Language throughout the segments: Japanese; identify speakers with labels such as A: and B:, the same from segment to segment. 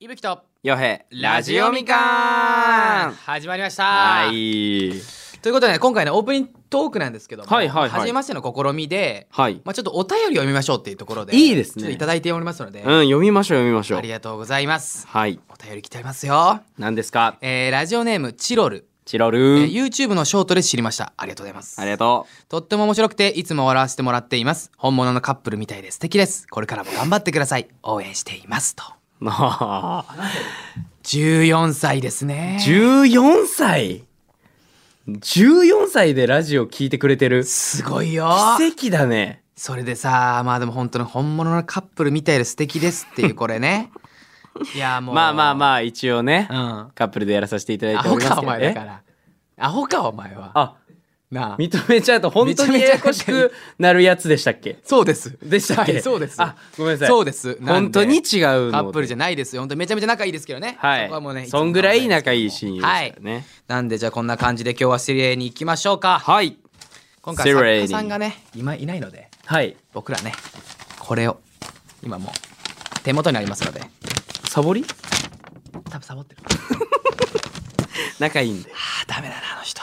A: いぶきと
B: よへラジオみかん
A: 始まりました、
B: はい
A: ということで、ね、今回のオープニングトークなんですけども、
B: はいはいはい
A: 初めましての試みで、
B: はい、
A: まあ、ちょっとお便りを読みましょうっていうところで
B: いいです
A: ち
B: ね
A: ょっといただいておりますので、
B: うん読みましょう読みましょ
A: あ
B: う
A: りがとうございます
B: はい
A: お便り来てますよ、
B: 何ですか
A: えーラジオネームチロル、
B: チロ
A: え
B: ル
A: ー YouTube のショートで知りましたありがとうございます
B: ありがと
A: とっても面白くていつも笑わせてもらっています本物のカップルみたいで素敵ですこれからも頑張ってください応援していますと
B: うな
A: 14歳です ね
B: 14歳14歳でラジオ聞いてくれてる
A: すごいよ
B: 奇跡だね
A: それでさまあでも本当に本物のカップルみたいで素敵ですっていうこれ ねいやもう
B: まあまあまあ一応ね、
A: あ
B: カップルでやらさせていただ
A: うん
B: い
A: ア
B: てお
A: ホ
B: ります
A: か
B: け
A: お
B: ど
A: 前だか
B: ね
A: らアホかお前は
B: あ
A: なあ
B: 認めちゃうと本当にややこしくなるやつでしたっけ
A: そうです
B: でしたっけ、
A: はいそうです
B: あごめんなさい
A: そうです
B: 本当に違うので
A: カップルじゃないですよ本当にめちゃめちゃ仲いいですけどね
B: は
A: そこはもうね
B: いそんぐらい仲いい
A: つも
B: 親友
A: の
B: で
A: 話
B: し
A: ですけ
B: た
A: どもはい
B: ね
A: なんでじゃあこんな感じで今日は知り合いに行きましょうか
B: はい
A: 今回は
B: シリ
A: 作
B: エ
A: 家
B: に
A: さんがね今いないので
B: はい
A: 僕らねこれを今もう手元にありますので
B: サボり
A: 多分サボってる
B: 仲いいんで
A: あダメだなあの人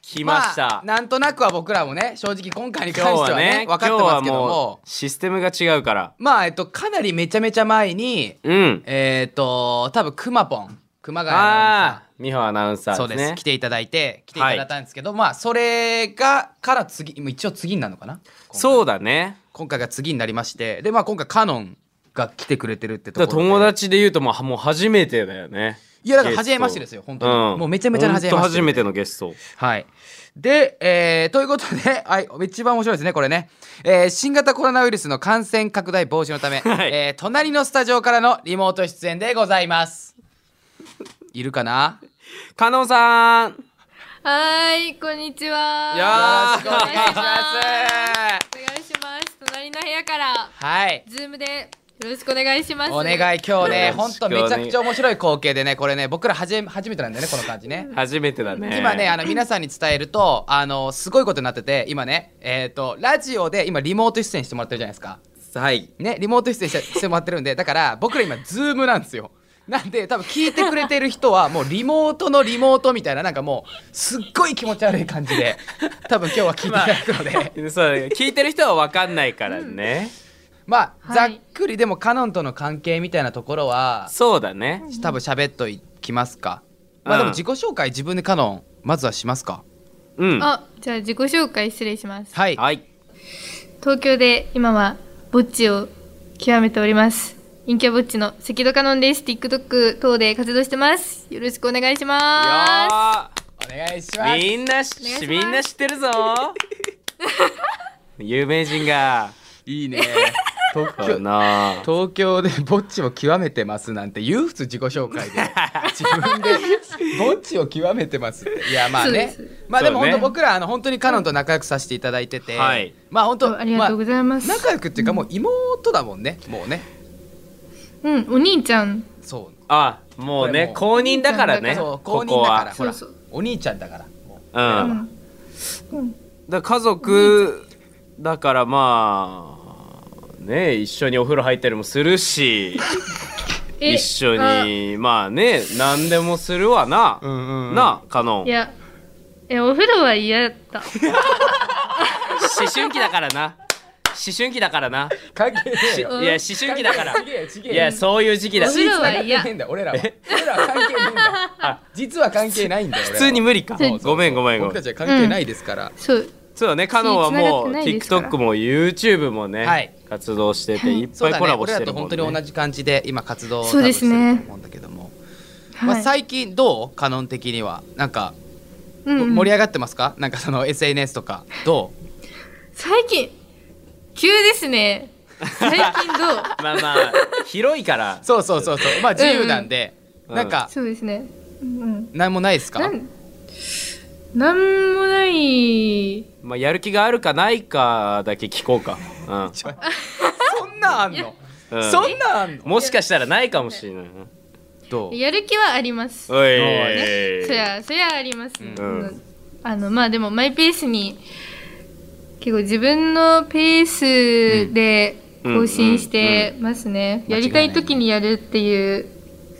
B: 来ました、
A: あなんとなくは僕らもね正直今回に
B: 今
A: 関
B: 日
A: しては
B: は
A: ね
B: ね
A: 分かってますけども
B: 今日はうシステムが違うから
A: まあえっとかなりめちゃめちゃ前に
B: うん
A: えっと多分くまぽん熊谷
B: あ
A: ア
B: あ美穂アナウンサ
A: ナウンサーそ
B: ー
A: う
B: で
A: ですす
B: ね
A: 来ていただいて来ていただいたんですけど、まあそれがから次もう一応次になるのかなう
B: そうだね
A: 今回が次になりましてでまあ今回カノンが来てくれてるってと
B: だ
A: こ
B: から
A: ろで
B: 友達で言うともうはもう初めてだよね
A: いやだから
B: ゲス
A: 初
B: ト
A: めましてですよ本当に、
B: ん
A: もうめちゃめちゃな初めまして
B: ほんと初めてのゲスト
A: はいで、えーということで、 はい、一番面白いですねこれね、えー新型コロナウイルスの感染拡大防止のため、
B: はい
A: えー隣のスタジオからのリモート出演でございますいるかな
B: 加納さん
C: はーい、こんにちは。
A: よ
B: や
A: ろしくお願いします
C: お願いします。隣の部屋から、
A: はい
C: ズームでよろしくお願いします。
A: お願い今日ね
B: よろ
A: 本
B: しく
A: 当
B: お願い
A: めちゃくちゃ面白い光景でねこれね僕ら初め初めてなんだよねこの感じね
B: 初めてだね
A: 今ねあの皆さんに伝えるとあのすごいことになってて今ねえっ、とラジオで今リモート出演してもらってるじゃないですか
B: はい
A: ねリモート出演してしてもらってるんでだから僕ら今ズームなんですよなんで多分聞いてくれてる人はもうリモートのリモートみたいななんかもうすっごい気持ち悪い感じで多分今日は聞いていただくので、
B: そう聞いてる人は分かんないからね、
A: まあ、
C: はい
A: ざっくりでもカノンとの関係みたいなところは
B: そうだね
A: 多分喋っといきますか、まあでも
B: うん
A: 自己紹介自分でカノンまずはしますか
B: うんは
C: あ、じゃあ自己紹介失礼します。
A: はい
B: い、
C: 東京で今はぼっちを極めております。陰キャぼっちの関戸カノンです。TikTok 等で活動してます。よろしくお願いしま
A: お願いし
B: いや
A: ま
B: ー
A: す
B: みんな
C: お願いしま
B: し
C: す
B: みんな知ってるぞ有名人が
A: いい ね東
B: こ
A: 京
B: の
A: 東京でぼっちを極めてますなんて言う普通自己紹介 で自分でぼっちを極めてますっていやまあね
C: そうで
A: まあでも
B: そう
A: 本
B: ね
A: 当僕らあの本当にカノンと仲良くさせていただいてて、
B: はい
A: まあ本
C: す。
A: 当
C: ありがとうご
A: ま
C: ざいま
A: あ
C: す。
A: 仲良くっていうかもう妹だもんねもうね
C: うん、お兄ちゃん。
A: そう
B: あもうね公
A: こ
B: 認だからね
A: そう公
B: こ
A: 認
B: こ
A: だから
B: は
A: ほら
C: そうそう
A: お兄ちゃんだからもう
B: うん
C: う
B: だか
C: ん。うん、
B: ら家族だからまあね一緒にお風呂入ったりもするし
C: え
B: 一緒。にまあね何でもするわな、なあカノン
C: あいや、え、お風呂は嫌だった。
B: 思春期だからな思春期だからな
A: 関係ねえ
B: いや
A: よ
B: 思春期だから
A: 関係ねえちげえ
B: い
A: よ
B: やそういう時期だ
C: お風呂は
A: 関係ねえんだよ俺らは俺らは関係ねえ んだよ実は関係ないんだよ
B: 普通
A: 俺
B: に無理か
A: らは
B: ごめんごめんご
A: 僕た
B: めん
A: ちは関係ないですから、
C: そう。
B: そうだねカノンはもう
C: 繋がってないですから
B: TikTok も YouTube もね、
A: はい
B: 活動してていっ
A: そ
B: ぱ
A: う
B: い
A: だ
B: コ
A: ね
B: ラボ
A: 俺
B: し
A: ら
B: てる
A: と
B: もん
A: 本
B: ね
A: 当に同じ感じで今活動を
C: そうです
A: 多
C: ね
A: 分してると思うんだけども、ま
C: は
A: あ、
C: い
A: 最近どうカノン的にはなんか、
C: うんうん
A: 盛り上がってますかなんかその SNS とかどう
C: 最近急ですね最近ど う
B: まあまあ広いから
A: そうそうそうそうまあ自由なんで、
B: うん
A: なんか
C: そうですねうん
A: 何もないですか
C: なんなんもない
B: まあ、やる気があるかないかだけ聞こうか、
A: ちょそんなんあんの
B: うんうん
A: そんなんあんの
B: もしかしたらないかもしれないな
A: どう
C: やる気はあります
B: おい、
C: ねそりゃそりゃあります、
A: うん
B: うん
C: あのまあでもマイペースに結構自分のペースで
B: うん
C: 更新してますね、
A: うんうんうん
C: やりたい時にやるっていう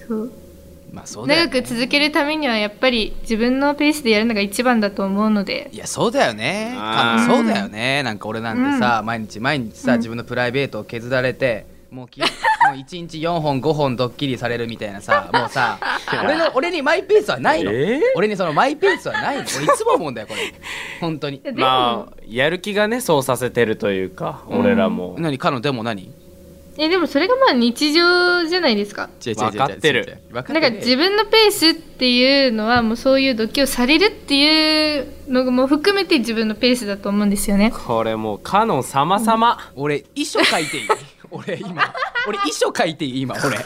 C: そう
A: まあそうだよ
C: 長
A: ね
C: く続けるためにはやっぱり自分のペースでやるのが一番だと思うので
A: いやそうだよね
B: あ
C: ー
A: かそうだよねなんか俺なんてさ、毎日毎日さ自分のプライベートを削られて、もう きもう1日4本5本ドッキリされるみたいな さもうさ俺の俺にマイペースはないの、
B: えー
A: 俺にそのマイペースはないの俺いつも思うんだよこれ本当 に
C: でも、
B: まあやる気がねそうさせてるというか、俺らも
A: 何かのでも何
C: えでもそれがまあ日常じゃないですか
A: 分
B: わかってる
A: 分か
C: なんか自分のペースっていうのはもうそういう度胸されるっていうのも含めて自分のペースだと思うんですよね
B: これもうカノン様様、
A: 俺遺書書い ていい俺今俺遺書書いていい今俺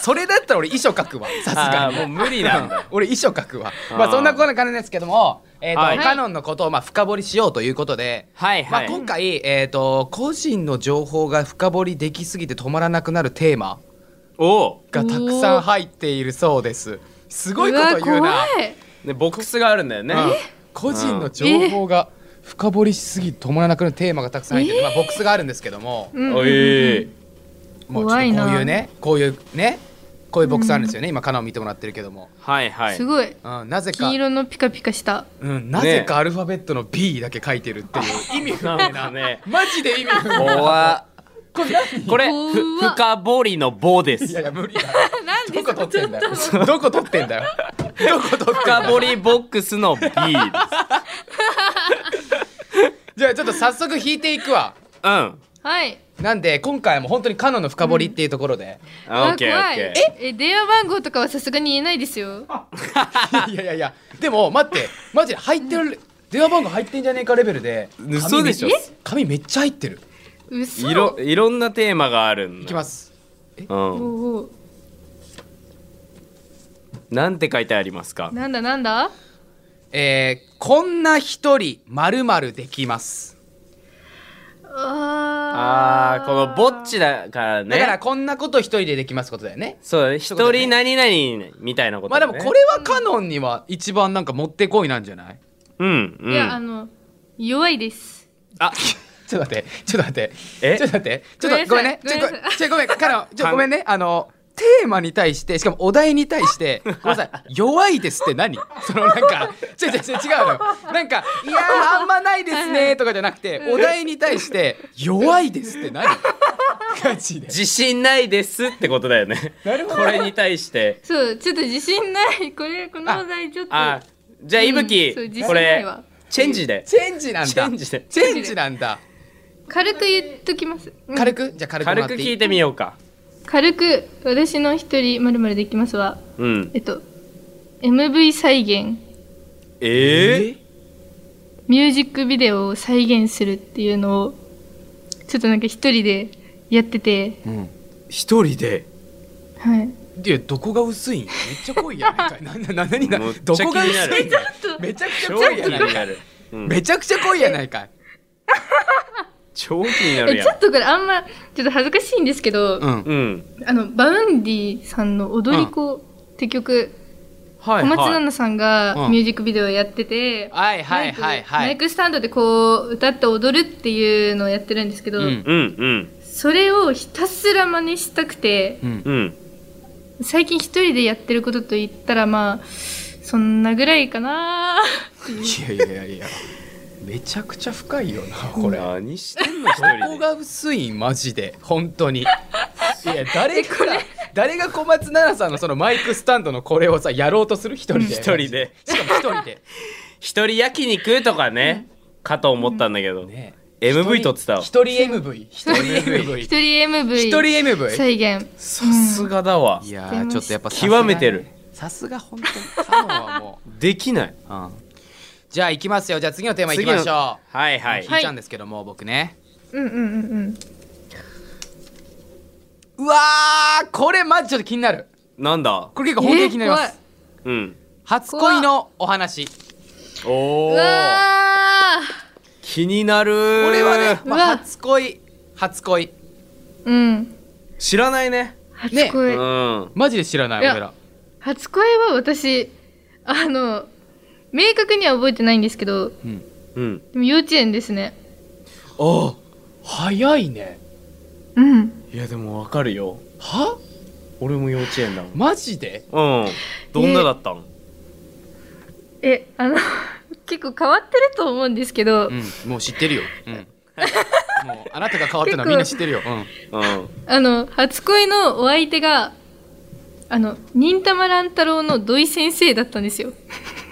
A: それだったら俺遺書書くわさす
B: あ
A: が
B: あ
A: に
B: もう無理なんだ
A: 俺遺書書くわ
B: あー
A: まあそんなこんな感じなんですけどもえーと、
B: はい
A: カノンのことをまあ深掘りしようということで、
B: はい
A: まあ、
B: はい、
A: 今回、えー、と個人の情報が深掘りできすぎて止まらなくなるテーマ
B: お
A: がたくさん入っているそうですすごいこと言う
C: わ
A: な
C: 怖い
B: おでボックスがあるんだよね、
A: 個人の情報が深掘りしすぎて止まらなくなるテーマがたくさん入ってて、まあ、ボックスがあるんですけども、
C: うん
B: おい、
A: もうちょっとこう
C: 怖い
A: いう
C: な
A: ねこういうねこういうボックスあるんですよね、今カナを見てもらってるけども、
B: はいはい
C: すごい
A: うん、なぜか
C: 金色のピカピカした
A: うん、なぜかアルファベットの B だけ書いてるっていう意味不
B: な
A: 明
B: ん
A: な
B: かね
A: マジで意味 不明
B: 怖
A: これ何
B: これ
C: 怖
B: ふ深掘りの棒で
A: いや
B: す
A: いや無理だろ
C: なん
A: どこ取ってんだよどこ取ってんだよどこ取ってんだ
B: 深
A: よ
B: 掘りボックスの B です
A: じゃあちょっと早速引いていくわ
B: うん
C: はい
A: なんで今回も本当にカノンの深掘りっていうところ で、
B: オ
C: わ
B: ッケーオッ
C: 怖い
B: ケー
C: え電話番号とかはさすがに言えないですよ
A: いやいやいやでも待ってマジで入ってる電話番号入ってんじゃねえかレベルで
B: 嘘でしょ
A: 紙め紙めっちゃ入ってる
C: 嘘
B: いろいろんなテーマがあるんだ
A: いきます
B: う
C: お
B: ん、
C: うおう
B: なんて書いてありますか
C: なんだなんだ
A: えー、こんな一人まるまるできます
B: あ
C: あー
B: ーこのぼっちだからね
A: だからこんなこと一人でできますことだよね
B: そうだね一
A: ういうことだね
B: 人何々みたいなこと
A: まあ
B: だ
A: で
B: ね
A: もこれはカノンには一番なんかもってこいなんじゃない
B: うんうん
C: いやあの弱いです
B: あ
A: ちょっと待ってちょっと待って
B: え
A: ちょっと待ってちょっとご
C: ご
A: めん
C: めんな
A: ね
C: さい
A: ちょっと
C: ごめんなさい
A: ちょごめんカノンちょ
B: かん
A: ごめんねあのテーマに対してしかもお題に対 してごめんなさい弱いですって何そのなんか違う違う違う違うのよなんかいやーあんまないですねとかじゃなくてお題に対して弱いですって何ガチで
B: 自信ないですってことだよ ね
A: なるほ
B: これに対して
C: そうちょっと自信ないこれこのお題ちょっと
B: あじゃあいぶき
C: そう自信
B: こ
C: ない
B: れ
C: わ
B: チェンジで
A: チェンジなんだ
B: チェンジで
A: チェンジなんだ
C: 軽く言っときます、うん
A: 軽くじゃあ軽くもら
B: 軽
A: っ
B: く
A: ていい
B: 聞いてみようか
C: 軽く私の一人まるまるできますは
B: うん
C: えっと MV 再現
B: ええ
C: ミュージックビデオを再現するっていうのをちょっとなんか一人でやってて
B: 一人で
C: はい
A: いやどこが薄いんめっちゃ濃いやんかななな何が
B: むっちゃ
A: どこが
B: 気になる
A: 薄いんだよめちゃくちゃ
B: 超
A: 濃
B: 気
A: いやない
B: に
A: か
B: ないる、うん
A: めちゃくちゃ濃いやないかい
B: 超気になる
C: え
B: や
C: ちょっとこれあんまちょっと恥ずかしいんですけど、
A: うん
B: んうん
C: あのバウンディさんの「踊り子」って曲、
B: は
C: 小松菜奈さん
A: う
C: が
A: ん
C: ミュージックビデオやってて、
A: はいはいはいは
C: マイ
A: い
C: クスタンドでこう歌って踊るっていうのをやってるんですけど、
A: うん
B: うんうん
C: それをひたすら真似したくて、
B: うん
C: 最近一人でやってることといったらまあそんなぐらいかな
A: いやいやいやめちゃくちゃ深いよなこれど
B: 何してんの一人
A: こ
B: で
A: が薄いんマジで本当にいや誰が誰が小松菜奈さんのそのマイクスタンドのこれをさやろうとする一人で
B: 一人で
A: しかも一人 で
B: 一人焼肉とかねかと思ったんだけど、
A: ね
B: MV 撮ってたわ
A: 一人 MV 一人 MV
C: 一
A: 一
C: 人 MV
A: 人 MV
C: 再現
B: さすがだわ、
A: いや
C: 知って
A: ー
C: ました
A: ちょっとやっぱさすが
B: 極めてる
A: さすが本当にカノンはも、
B: できない
A: う
B: う
A: ん、じゃあ行きますよじゃあ次のテーマ行きましょう
B: はいはい、
A: 聞いちゃうんですけども、僕ね
C: うんうんうんうん
A: わーこれマジちょっと気になる
B: なんだ
A: これ結構本気で気になりま
C: えー
A: す、
B: うん
A: 初恋のお話こ
B: おお
C: 怖いうわ
B: 気になるこ
A: れはね、まあ
C: うわ
A: 初恋初恋
C: ーうん
B: 知らないね
C: 初
B: う
C: 恋、
B: ん
A: マジで知らない
C: いや
A: 俺ら
C: 初恋は私あの明確には覚えてないんですけど
B: うん
C: でも幼稚園ですね
A: あ早いね
C: うん
B: いやでもわかるよ
A: は
B: 俺も幼稚園だもん
A: マジで
B: うんどんなだったん
C: えあの 結構変わってると思うんですけど、
A: うんもう知ってるよ、うん、もうあなたが変わったのはみんな知ってるよ、うん、
B: うん
C: あの初恋のお相手があの忍たま乱太郎の土井先生だったんですよ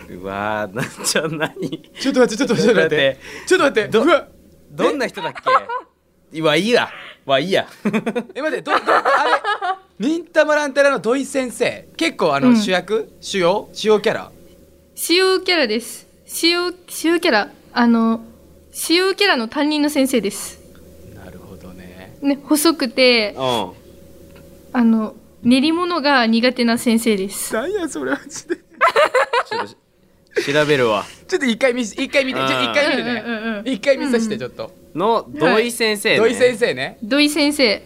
B: うわーなんちゃん何
A: ちょっと待ってちょっと待ってちょっと待ってちょっと待ってうわ
B: どんな人だっけいわいいやわいい や
A: え待ってどどあれ忍たま乱太郎の土井先生結構あの、
C: うん
A: 主役主要主要キャラ
C: 主要キャラです主要主要キャラあの主要キャラの担任の先生です
A: なるほどね
C: ね細くて
B: うん
C: あの練り物が苦手な先生です
A: なんやそれマジで
B: ちょっとし調べるわ
A: ちょっと一回見せ一回見てちょ
B: あー
A: っと一回見て
C: うんうんうんう
A: ね
C: ん
A: 一回見させてちょっと
B: の土井先生ね
A: 土井先生ね
C: 土井先生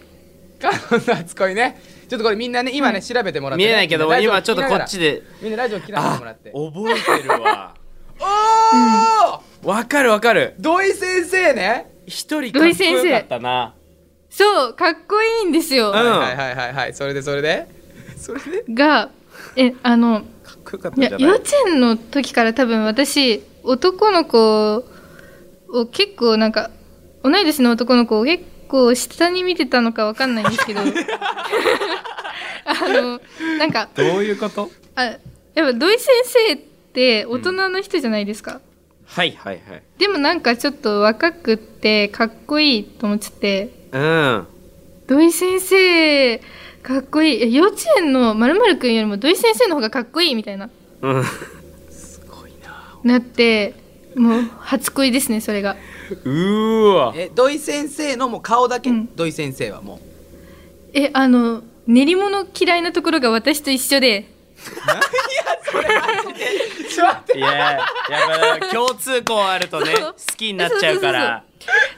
A: 彼女の初恋ねちょっとこれみんなね今ね調べてもらって
B: 見
A: ね
B: えないけど
A: ラジオ
B: 今ちょっとこっちで
A: 聞きながらみんなラジオ聞きながら
B: あ
A: もらってお
B: 覚えてるわ
A: おー
B: わかるわかる
A: 土井先生ね
B: 一人かっこよかったな
C: そうかっこいいんです
B: う
C: よ
B: ん
A: はいはいはいはいそれでそれでそれで
C: がえあの
B: かっこよかった
C: い
B: ん
C: や
B: じゃない
C: 幼稚園の時から多分私男の子を結構なんか同い年の男の子を結構下に見てたのかわかんないんです けどあのなんか
B: どういうこと
C: あやっぱ土井先生って大人の人じゃないですか、
B: はいはいはい
C: でもなんかちょっと若くってかっこいいと思っちゃって
B: うん
C: 土井先生かっこいいいや幼稚園のまるくんよりも土井先生の方がかっこいいみたいな
B: うん
C: なってもう初恋ですねそれが
B: うーわ
A: え土井先生のもう顔だけ、
C: うん
A: 土井先生はもう
C: えあの練り物嫌いなところが私と一緒で
A: ちょっと待って
B: いややっぱ共通項あるとね
C: そ
B: 好
C: う
B: きになっちゃうから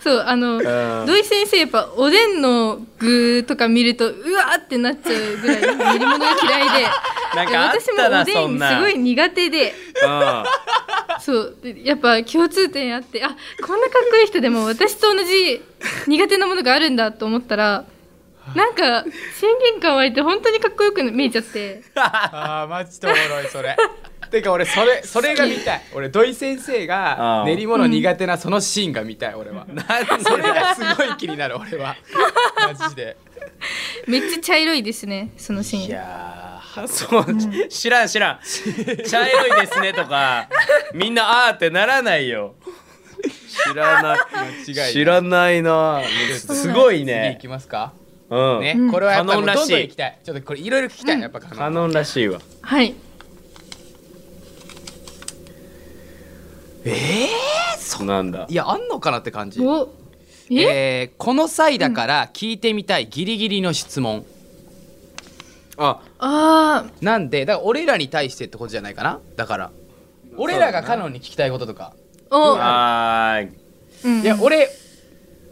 C: そうあの
B: ん
C: 土井先生やっぱおでんの具とか見るとうわーってなっちゃうぐらい練り物が嫌いで
B: なん
C: いや
B: かあっ
C: 私も
B: たな
C: おで
B: そん
C: ん
B: な
C: すごい苦手で
B: うん
C: そうでやっぱ共通点あってあこんなかっこいい人でも私と同じ苦手なものがあるんだと思ったらなんか親近感湧いて本当にかっこよく見えちゃって。
A: あーマジでおもろいそれ てか俺それそれが見たい俺土井先生
B: あ
A: が
B: ー
A: 練り物苦手なそのシーンが見たい俺は
B: なん
A: そ
B: そ
A: れ
B: れ
A: がすごい気になる俺はマジで
C: めっちゃ茶色いですねそのシ
B: い
C: ーン
B: やーそう、知らん知らん茶色いですねとかみんなあーってならないよ知らない
A: 違いない
B: 知らないなすごい
A: 次行
B: ね
A: きますか
B: うん
A: ね、
C: うん
A: これはやっぱりもう
B: カノ
A: どん
B: ンらしい
A: どん行きたいちょっとこれいろいろ聞きたいやっぱカノン
B: カノンらしいわ
C: はい
A: えー、そ
B: なんだ
A: いやあんのかなって感じ
C: おえ
A: えーこの際だから聞いてみたいギリギリの質問
B: あ
C: あ
A: なんでだから俺らに対してってことじゃないかなだから俺らがカノンに聞きたいこととか
C: ーお
B: あー
C: うん
A: いや俺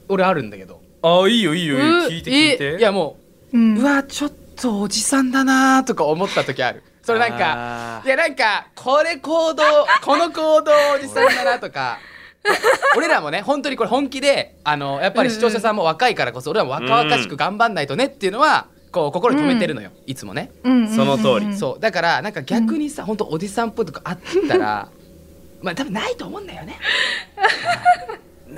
A: 俺あるんだけど
B: あいいよいいよいいよ
C: う
B: 聞いて聞いて
A: いやも
C: う
A: う、
C: ん
A: うわちょっとおじさんだなーとか思った時あるそれなんか
B: あー
A: いやなんかこれ行動この行動おじさんだなとか俺らもね本当にこれ本気であのやっぱり視聴者さんも若いからこそ俺らも若々しく頑張んないとねっていうのはこう心に留めてるのよ、いつもね、
C: うんうんうん
B: その通り
A: そうだからなんか逆にさ、本当おじさんっぽいとかあったら まあ多分ないと思うんだよね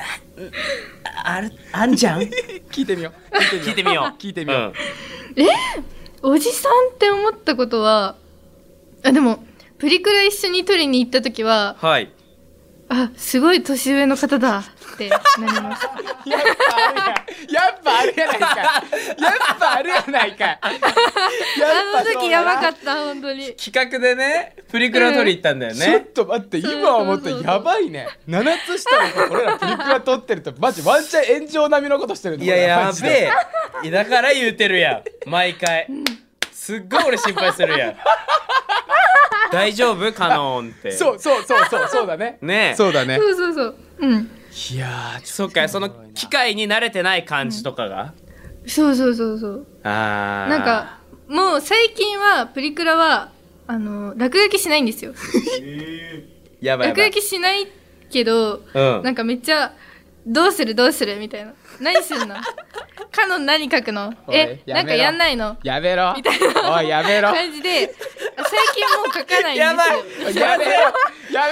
B: あるあんじゃん
A: 聞いてみよう
B: 聞いてみよう
A: 聞いてみよう
C: おじさんって思ったことはあでもプリクラ一緒に撮りに行った時は
B: うんはい
C: あすごい年上の方だってなりました
A: やっぱあるやん。やっぱあるや ないかい。やっぱあるやないかい。
C: あの時やばか
A: っ
C: った本当に
B: 企画でねプリクラ撮り行ったんだよ
A: ちょっ
B: ね
A: と待って今思ったらやばいね7つ下の子俺らプリクラ撮ってるとマジワンチャン炎上並みのことしてるんだ
B: いや
A: 俺ら
B: や
A: マジで
B: べえだから言うてるやん毎回すっごい俺心配するやん大丈夫カノンって
A: そうそうそうそうそうだね
B: ねえ
A: そうだね
C: そうそうそううん
A: いやー
B: そっかその機械に慣れてない感じとかが、
C: そうそうそうそう
B: ああ
C: なんかもう最近はプリクラはあの落書きしないんですよ
B: やばいや
C: 落
B: ばい
C: 書きしないけど、
B: うん
C: なんかめっちゃ「どうするどうする」みたいな「何すんの? 」「カノン何書くの?」「
A: おい
C: え
A: やめろ
C: なんかやんないの?」
A: やめろ
C: みたいな
A: おいやめろ
C: 感じであ最近もう書かないんですよ
B: や
A: や
B: ばい
A: めろやめ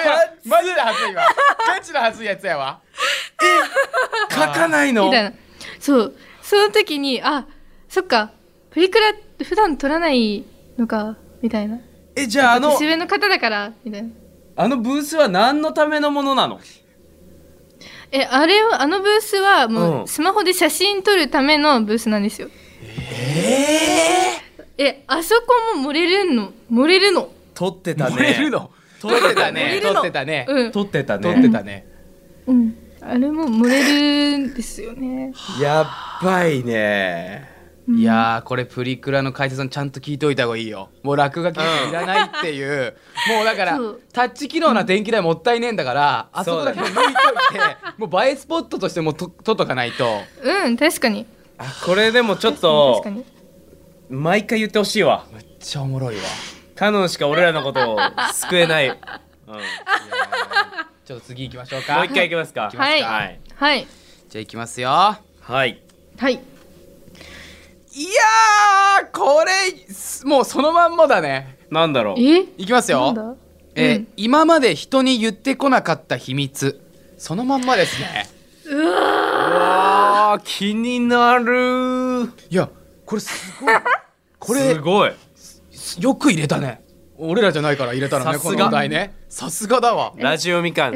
A: ろマジで恥ずいわガチの恥ずいやつやわ
B: 書かないの
C: みたいなそうその時にあそっかプリクラ普段撮らないのかみたいな
B: えじゃああの
C: 年上の方だからみたいな
B: あのブースは何のためのものなの
C: えあれはあのブースはも
B: うん
C: うスマホで写真撮るためのブースなんですよええあそこも漏れるの漏れるの
B: 撮ってたね
A: 漏れるの
B: 撮ってた
C: 漏れ
B: ね
C: るの
A: 撮ってたね
C: うん
B: 撮ってた
A: 撮って
B: ね
A: たね
C: うんあれも漏れるんですよね
B: やっばいね
A: いやーこれプリクラの解説のちゃんと聞いておいた方がいいよもう落書き
B: うん
A: いらないっていう、もうだから
C: そう
A: タッチ機能な電気代もったいねえんだから、あそこだけ抜いといてもう映えスポットとしてもうと取っとかないと
C: うん確かに
B: あこれでもちょっ
C: 確
B: と
C: かに
B: 毎回言ってほしいわ
A: めっちゃおもろいわ
B: カノンしか俺らのことを救えない、うん、もう
A: ちょっと次行きましょうか
B: 一回いきますか
C: はい
B: は
C: はいい、はい
A: じゃあ行きますよ
B: はい
C: は
A: い
C: い、
A: やーこれすもうそのまんまだね
B: なんだろう
C: え
A: いきます
C: なん
A: よ
C: だ
A: えー
C: うん
A: 今まで人に言ってこなかった秘密そのまんまですね
B: わあ気になる
A: いやこれすごいこれ
B: すごい
A: よく入れたね俺らじゃないから入れたらね
B: さす
A: こ
B: が
A: のお題ねさすがだわ
B: ラジオみかん、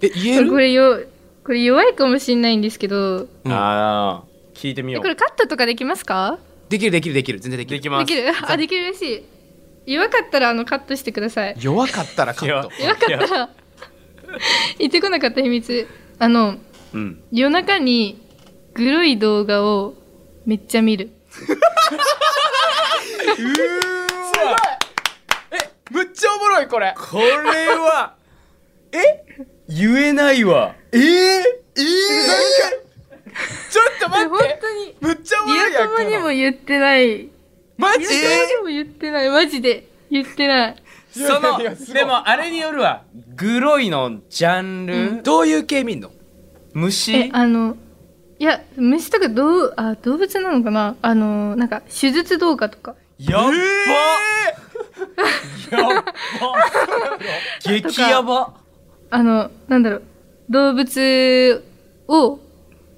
A: え言え
C: こ
A: る
C: れよこれ弱いかもしんないんですけど
A: うん
B: ああ聞いてみ
C: え
B: よ
C: これ
B: う
C: カットとかできますか
A: できるできるできる全然でき
B: で
A: る
B: き
C: で
B: ます
C: きるあできるらしい弱かったらあのカットしてくだ さい
A: 弱かったらカ ット
B: 弱
C: 弱かったら言ってこなかった秘密あの
B: うん
C: 夜中にグロい動画をめっちゃ見る
A: むっちゃおもろいこれ
B: これはえ言えないわ
A: えー、えー、なんかちょっと
C: 本
A: 待って
C: 当に
A: むっちゃおもろい
C: リア
A: やん
C: 友にも
A: この
C: 言ってないリ
A: マ
C: ア
A: ジ
C: 友にも言ってないマジで言ってない
A: いや
B: その
A: いやすごい
B: でもあれによるわグロいのジャンル、
A: どういう系見んの
C: え
B: 虫
C: あのいや虫とかどうあ動物なのかなあのなんか手術動画とか
B: やっば、やっば激やば
C: あのなんだろう動物を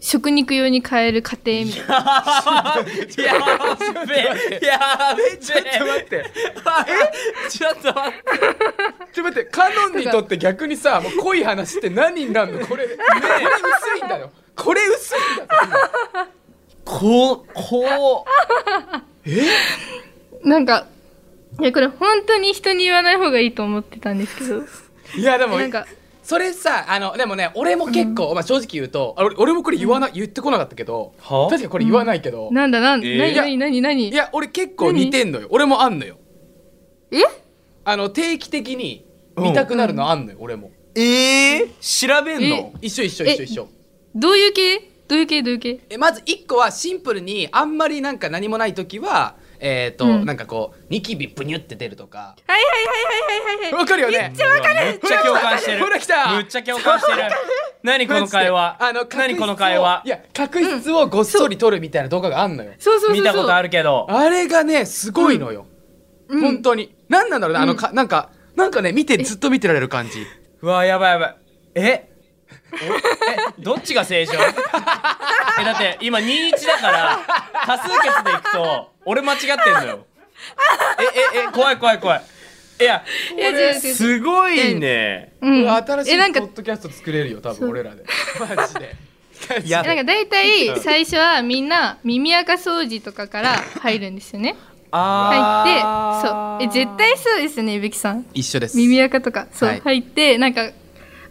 C: 食肉用に変える過程みたいな
B: やっべやっべちょっと待っててちょっと待って
A: ちょっと待ってカノンにとって逆にさもう濃い話って何にな るのこれ、ね、これ薄いんだよこれ薄いんだよ
B: こうこ
C: なんかいやこれ本当に人に言わない方がいいと思ってたんですけど
A: いやでも
C: なんか
A: それさあのでもね俺も結構、まあ、正直言うとあ俺俺もこれ言わな、言ってこなかったけど
B: は
A: 確かにこれ言わないけど、
C: なんだなん、
B: えー
C: 何何何何
A: いや俺結構似てんのよ俺もあんのよ
C: え
A: あの定期的に見たくなるのあんのよ、俺も
B: うええ調べんの
A: 一緒一緒一緒一緒
C: どういう系どういう系どういう系
A: えまず1個はシンプルにあんまりなんか何もない時はえっ、と、
C: うん
A: なんかこうニキビプニュって出るとか
C: はいはいはいはいはいはい
A: わかるよね
B: うわめっちゃ共感してる
A: ほら来た
B: むっちゃ共感し てる何この会話
A: あの
B: 何こ
A: 角質
B: の
A: を
B: 会話
A: いや角質をごっそり取るみたいな動画があんのよ、
C: そうそうそうそう
B: 見たことあ
C: る、
B: るけど
A: あれがねすごいのよ、
C: うん
A: 本当に何なんだろうねあの
C: うん
A: か、なんかなんかね見てずっと見てられる感じ
B: うわやばいやばいえおえどっち が正常えだって今21だから多数決でいくと俺間違ってんのよえええ怖い怖い怖いいや
C: いや違う違う違う
B: すごいね
C: うん、
A: うわ新しい
C: えなん
A: ポ
C: か
A: ッドキャスト作れるよ多
C: そ
A: 分
C: う
A: 俺 らでマジで
B: や
C: なんか大体最初はみんな耳垢掃除とかから入るんですよね
B: あ
C: 入ってそうえ絶対そうですねいぶきさん
A: 一緒です
C: 耳垢とかそう、
A: はい
C: 入ってなんか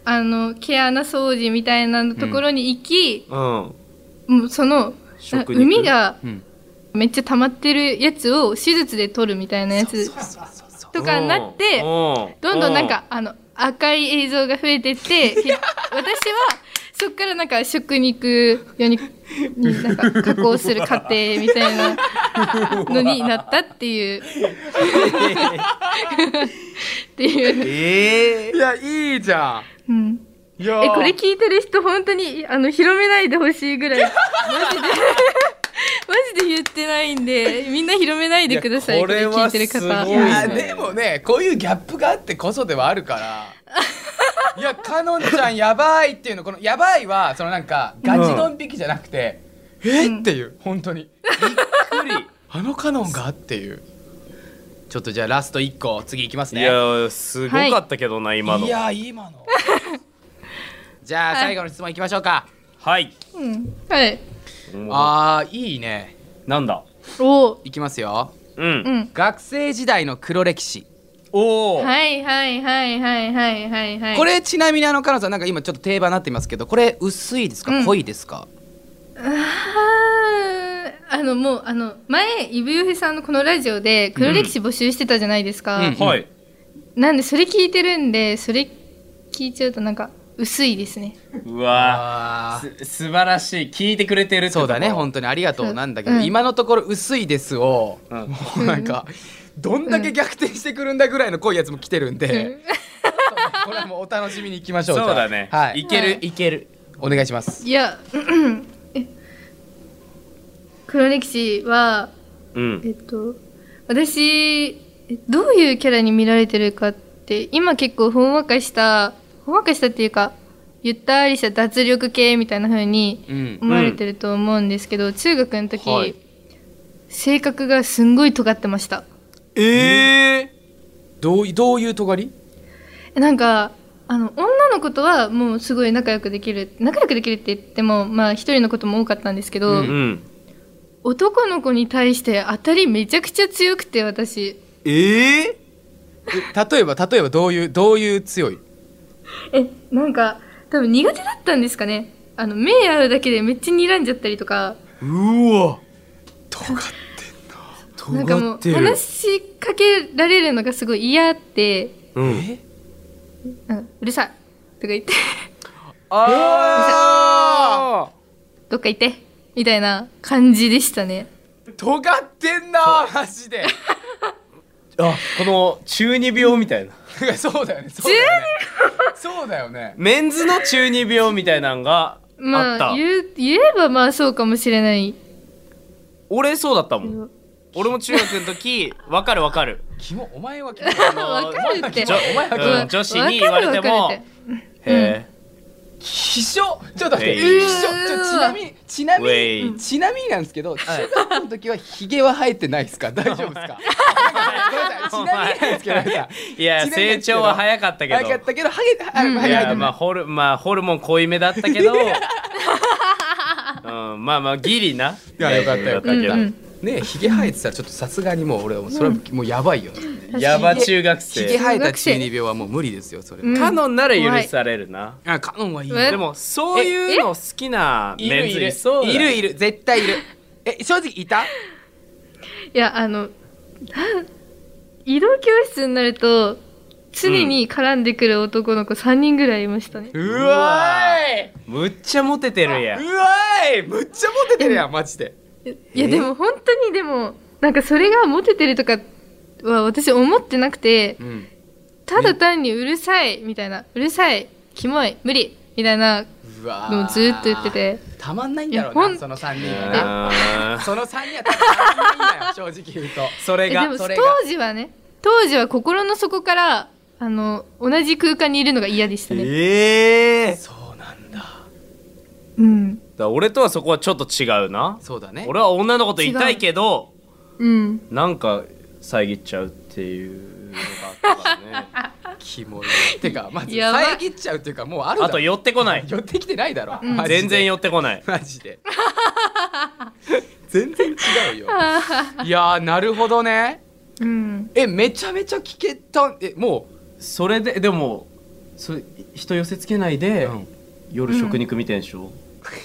C: あの毛穴掃除みたいなところに行き、
B: うん
C: もうその
B: 食肉
C: 海が
A: うん
C: めっちゃ溜まってるやつを手術で取るみたいなやつとかになってどんどんなんかあの赤い映像が増えてっ てひ私はそっからなんか食肉用になんか加工する過程みたいなのになったっていうっていう、
B: ええ
A: いやいいじゃ
C: うん、
A: んいや
C: えこれ聞いてる人本当にあの広めないでほしいぐらいマジで マジで言ってないんでみんな広めないでください
B: いや
C: これ
B: これ
C: 聞
B: はい
C: てる方
B: すごい
A: い
B: ね
A: やでもねこういうギャップがあってこそではあるからいやかのんちゃんやばいっていうのこの「やばいは」そのなんかガチドン引きじゃなくて「えっ?」っていう本当に
B: ー、びっく
A: あのカノンがっていうちょっとじゃあラスト1個次いきます
B: り
A: ね
B: いやーすごかったけどな、今の
A: いや今のじゃあ
C: はい
A: 最後の質問いきましょうか、
B: はい
C: うんはい
B: あ
A: あーいいね
B: なんだ
C: お
A: いきますよ
B: うん、
C: うん
A: 学生時代の黒歴史、
B: おお、
C: はいはいはいはいはいはいはい
A: これちなみにあのカノンさんなんか今ちょっと定番になってますけどこれ薄いですか、
C: うん
A: 濃いですか
C: あーあのもうあの前イブヨヘさんのこのラジオで黒歴史募集してたじゃないですか、
A: うん
B: はい
C: なんでそれ聞いてるんでそれ聞いちゃうとなんか薄いですね
B: うわ
A: あー
B: ーす素晴らしい聞いてくれてるって
A: そうだね
B: ところ
A: 本当にありがとうなんだけど、
C: うん
A: 今のところ薄いですを、
B: うん
A: もうなんか、どんだけ逆転してくるんだぐらいの濃いやつも来てるんで、これはもうお楽しみにいきましょうじゃあ
B: そうだね、、
A: はいい
B: ける、、
C: はい
B: ける
A: お願いします
C: いやえ黒歴史は
B: うん
C: えっと私えどういうキャラに見られてるかって今結構ほんわかしたほんわかしたっていうかゆったりした脱力系みたいな風に
A: うん
C: 思われてると思うんですけど、中学の時、
A: はい
C: 性格がすんごい尖ってました
A: ええどういどういう尖り
C: えなんかあの女の子とはもうすごい仲良くできる仲良くできるって言ってもまあ一人のことも多かったんですけど、
A: う
B: うん
C: 男の子に対して当たりめちゃくちゃ強くて私
B: ええ
A: え例えば例えばどういうどういう強い
C: えなんか多分苦手だったんですかねあの目合うだけでめっちゃ睨んじゃったりとか
A: うわ尖っ
C: なんかもう話しかけられるのがすごい嫌って
B: うん
A: え
C: なんかうるさいとか言って
A: あ
C: どっか行ってみたいな感じでしたね
A: ー尖ってんなマジで
B: あこの中二病みたいな
A: そうだよねそうだよねそうだよね
B: メンズの中二病みたいなんがあっ
C: ま
B: た、
C: あ言う言えばまあそうかもしれない
B: 俺そうだったも
C: け
B: ん
C: ど
B: 俺も中学の時わかるわかる
A: キモお前は キモ
B: あの
C: わかるって
B: じょ
A: お前は
B: うん
C: うん
B: 女子に言われても
C: わかるわかる
B: へえ
A: 秘書ちょっと待って
B: ウ
A: 秘
B: ェイ
A: 書ちょちなみにちなみ
B: ウェイ
A: にちなみになんですけど中学校の時はヒゲは生えてないですか大丈夫です かごめんなさいちなみになんですけどごめんなさい
B: いや
A: ちなみに
B: 成長は早かったけど
A: 早かったけどハゲハ
C: うん
A: ハ
B: い
A: ゲ生え
B: や
A: て
B: ま
A: な
B: あ
A: い
B: ホルまあホルモン濃いめだったけど、うん、まあまあギリない
A: やよかったよかった
B: だけど
C: うんうん
A: ねえヒゲ生えてたらちょっとさすがにもう俺はもうそれはもうやばいよね
B: やば中学
A: ヒゲ
B: 生
A: 生えた中二病はもう無理ですよそれ
C: うん
B: カノンなら許されるな、
A: あカノンはいいよ
C: え
B: でもそういうの好きないメ
A: る
B: ン
A: い
B: ズ
A: る
B: いそうだ
A: いるいる絶対いるえ正直いた
C: いやあのなん移動教室になると常に絡んでくる男の子3人ぐらいいましたね、
A: う
B: わ
A: ーい
B: むっちゃモテてるやん
A: うわーいむっちゃモテてるやんマジで
C: いやでも本当にでもなんかそれがモテてるとかは私思ってなくて
A: うん
C: ただ単にうるさいみたいなうるさいキモい無理みたいな
A: うわー
C: のをずーっと言ってて
A: たまんないんだろ
C: いや
A: う
C: ほ
A: なんその3人はね
B: あー
A: その3人はたまんないんだよ正直言うと
B: それ
C: えで
B: が
C: も
A: それが
C: 当時はね当時は心の底からあの同じ空間にいるのが嫌でしたね、
B: ええ
A: そうなんだ
C: うん
B: だ俺とはそこはちょっと違うな
A: そうだね
B: 俺は女の子といたいけど
C: うん
B: なんか遮っちゃうっていうのがあった からね
A: キモいて かまず
C: やばい
A: 遮っちゃうっていうかもうあるだ
B: あ
A: ろ
B: と寄ってこない
A: 寄ってきてないだろ、
C: うん
A: マジで
B: 全然寄ってこない
A: マジで 全然違う よいやーなるほどね
C: うん
A: えめちゃめちゃ聞けたえも
B: それででもそれ人寄せつけないで、
A: うん
B: 夜食肉見てんでしょ、最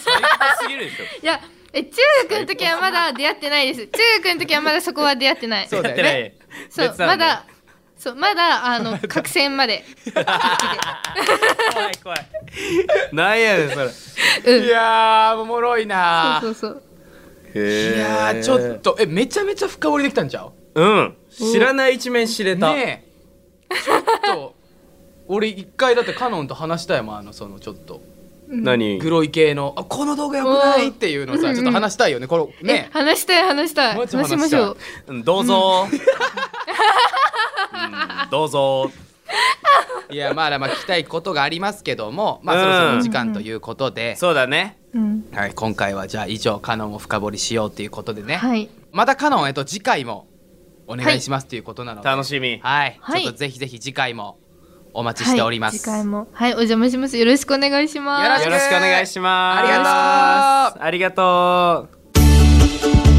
B: 高すぎるでしょ
C: いやえ中学の時はまだ出会ってないです中学の時はまだそこは出会ってない
A: そうだよね
B: やって
C: そう
B: 別な
C: ま
B: んだ
C: だそうまだあ の角線まで
B: ない怖い怖いなんやねんそれ
C: うん
A: いやーおもろいな
C: そうそうそう
A: いやーちょっ
B: と
A: とえめちゃめちゃ深掘りできたんちゃう
B: うん知らない一面知れた、
A: ねえちょっと 俺一回だってカノンと話したいもんあのそのちょっと
B: 何
A: グロい系のあこの動画よくないっていうの
C: うんう
A: さ
C: ん
A: ちょっと話したいよねこれね
C: え話したい話したい
A: もう
C: 話
A: ちょっと
C: しましょう
B: うんどうぞ、うんどうぞ
A: いやまあまあ聞きたいことがありますけどもまあそろそろお時間ということで、
B: そうだね
C: うん
A: はい、今回はじゃあ以上カノンを深掘りしようということでね、
C: はい
A: またカノンえっと次回もお願いしますということなので、
B: 楽しみ
A: はい、
C: はい
A: ちょっとぜひぜひ次回もお待ちしております。
C: はい、次回もはいお邪魔しますよろしくお願いします
A: よろしく
B: よろしくお願いしま
A: あ
B: す
A: りがと
B: ありがとう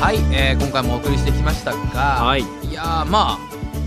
A: はい、えー今回もお送りしてきましたが、
B: はい
A: いやーまあ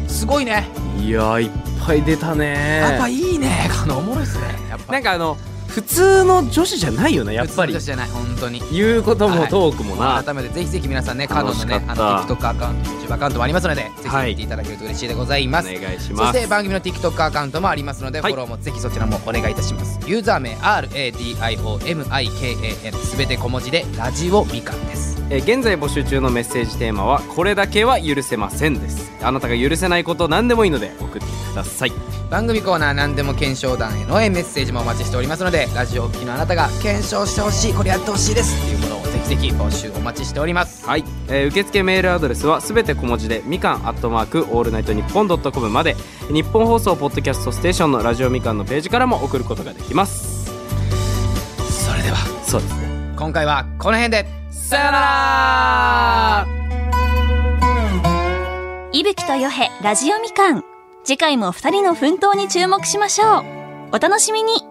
A: すごいね。
B: いやーいっぱい出たね
A: やっぱいいね。 カノンおもろいですね。やっぱ
B: なんかあの普通の女子じゃないよねやっぱり
A: 普通の女子じゃない本当に。
B: 言うこともトークもな、
A: 改めてぜひぜひ皆さんねカノンのね
B: 楽しか
A: あ
B: った
A: の TikTok アカウント YouTube アカウントもありますのでぜひ見ていただけると嬉しいでございます、
B: お願いし
A: そ
B: ま
A: し
B: す
A: て番組の TikTok アカウントもありますので、
B: はい
A: フォローもぜひそちらもお願いいたしますユーザー名 RADIOMIKAN すべて小文字でラジオみかんです
B: えー現在募集中のメッセージテーマは「これだけは許せません」ですあなたが許せないこと何でもいいので送ってください
A: 番組コーナー何でも検証団へのメッセージもお待ちしておりますのでラジオを聴きのあなたが検証してほしいこれやってほしいですっていうものをぜひぜひ募集お待ちしております
B: はい、えー受付メールアドレスはすべて小文字でみかんアットマークオールナイトニッポンドットコムまで日本放送ポッドキャストステーションのラジオみかんのページからも送ることができます
A: それでは
B: そうですね
A: 今回はこの辺で
B: さよなら
D: いぶきとよへラジオみかん。次回も二人の奮闘に注目しましょう。お楽しみに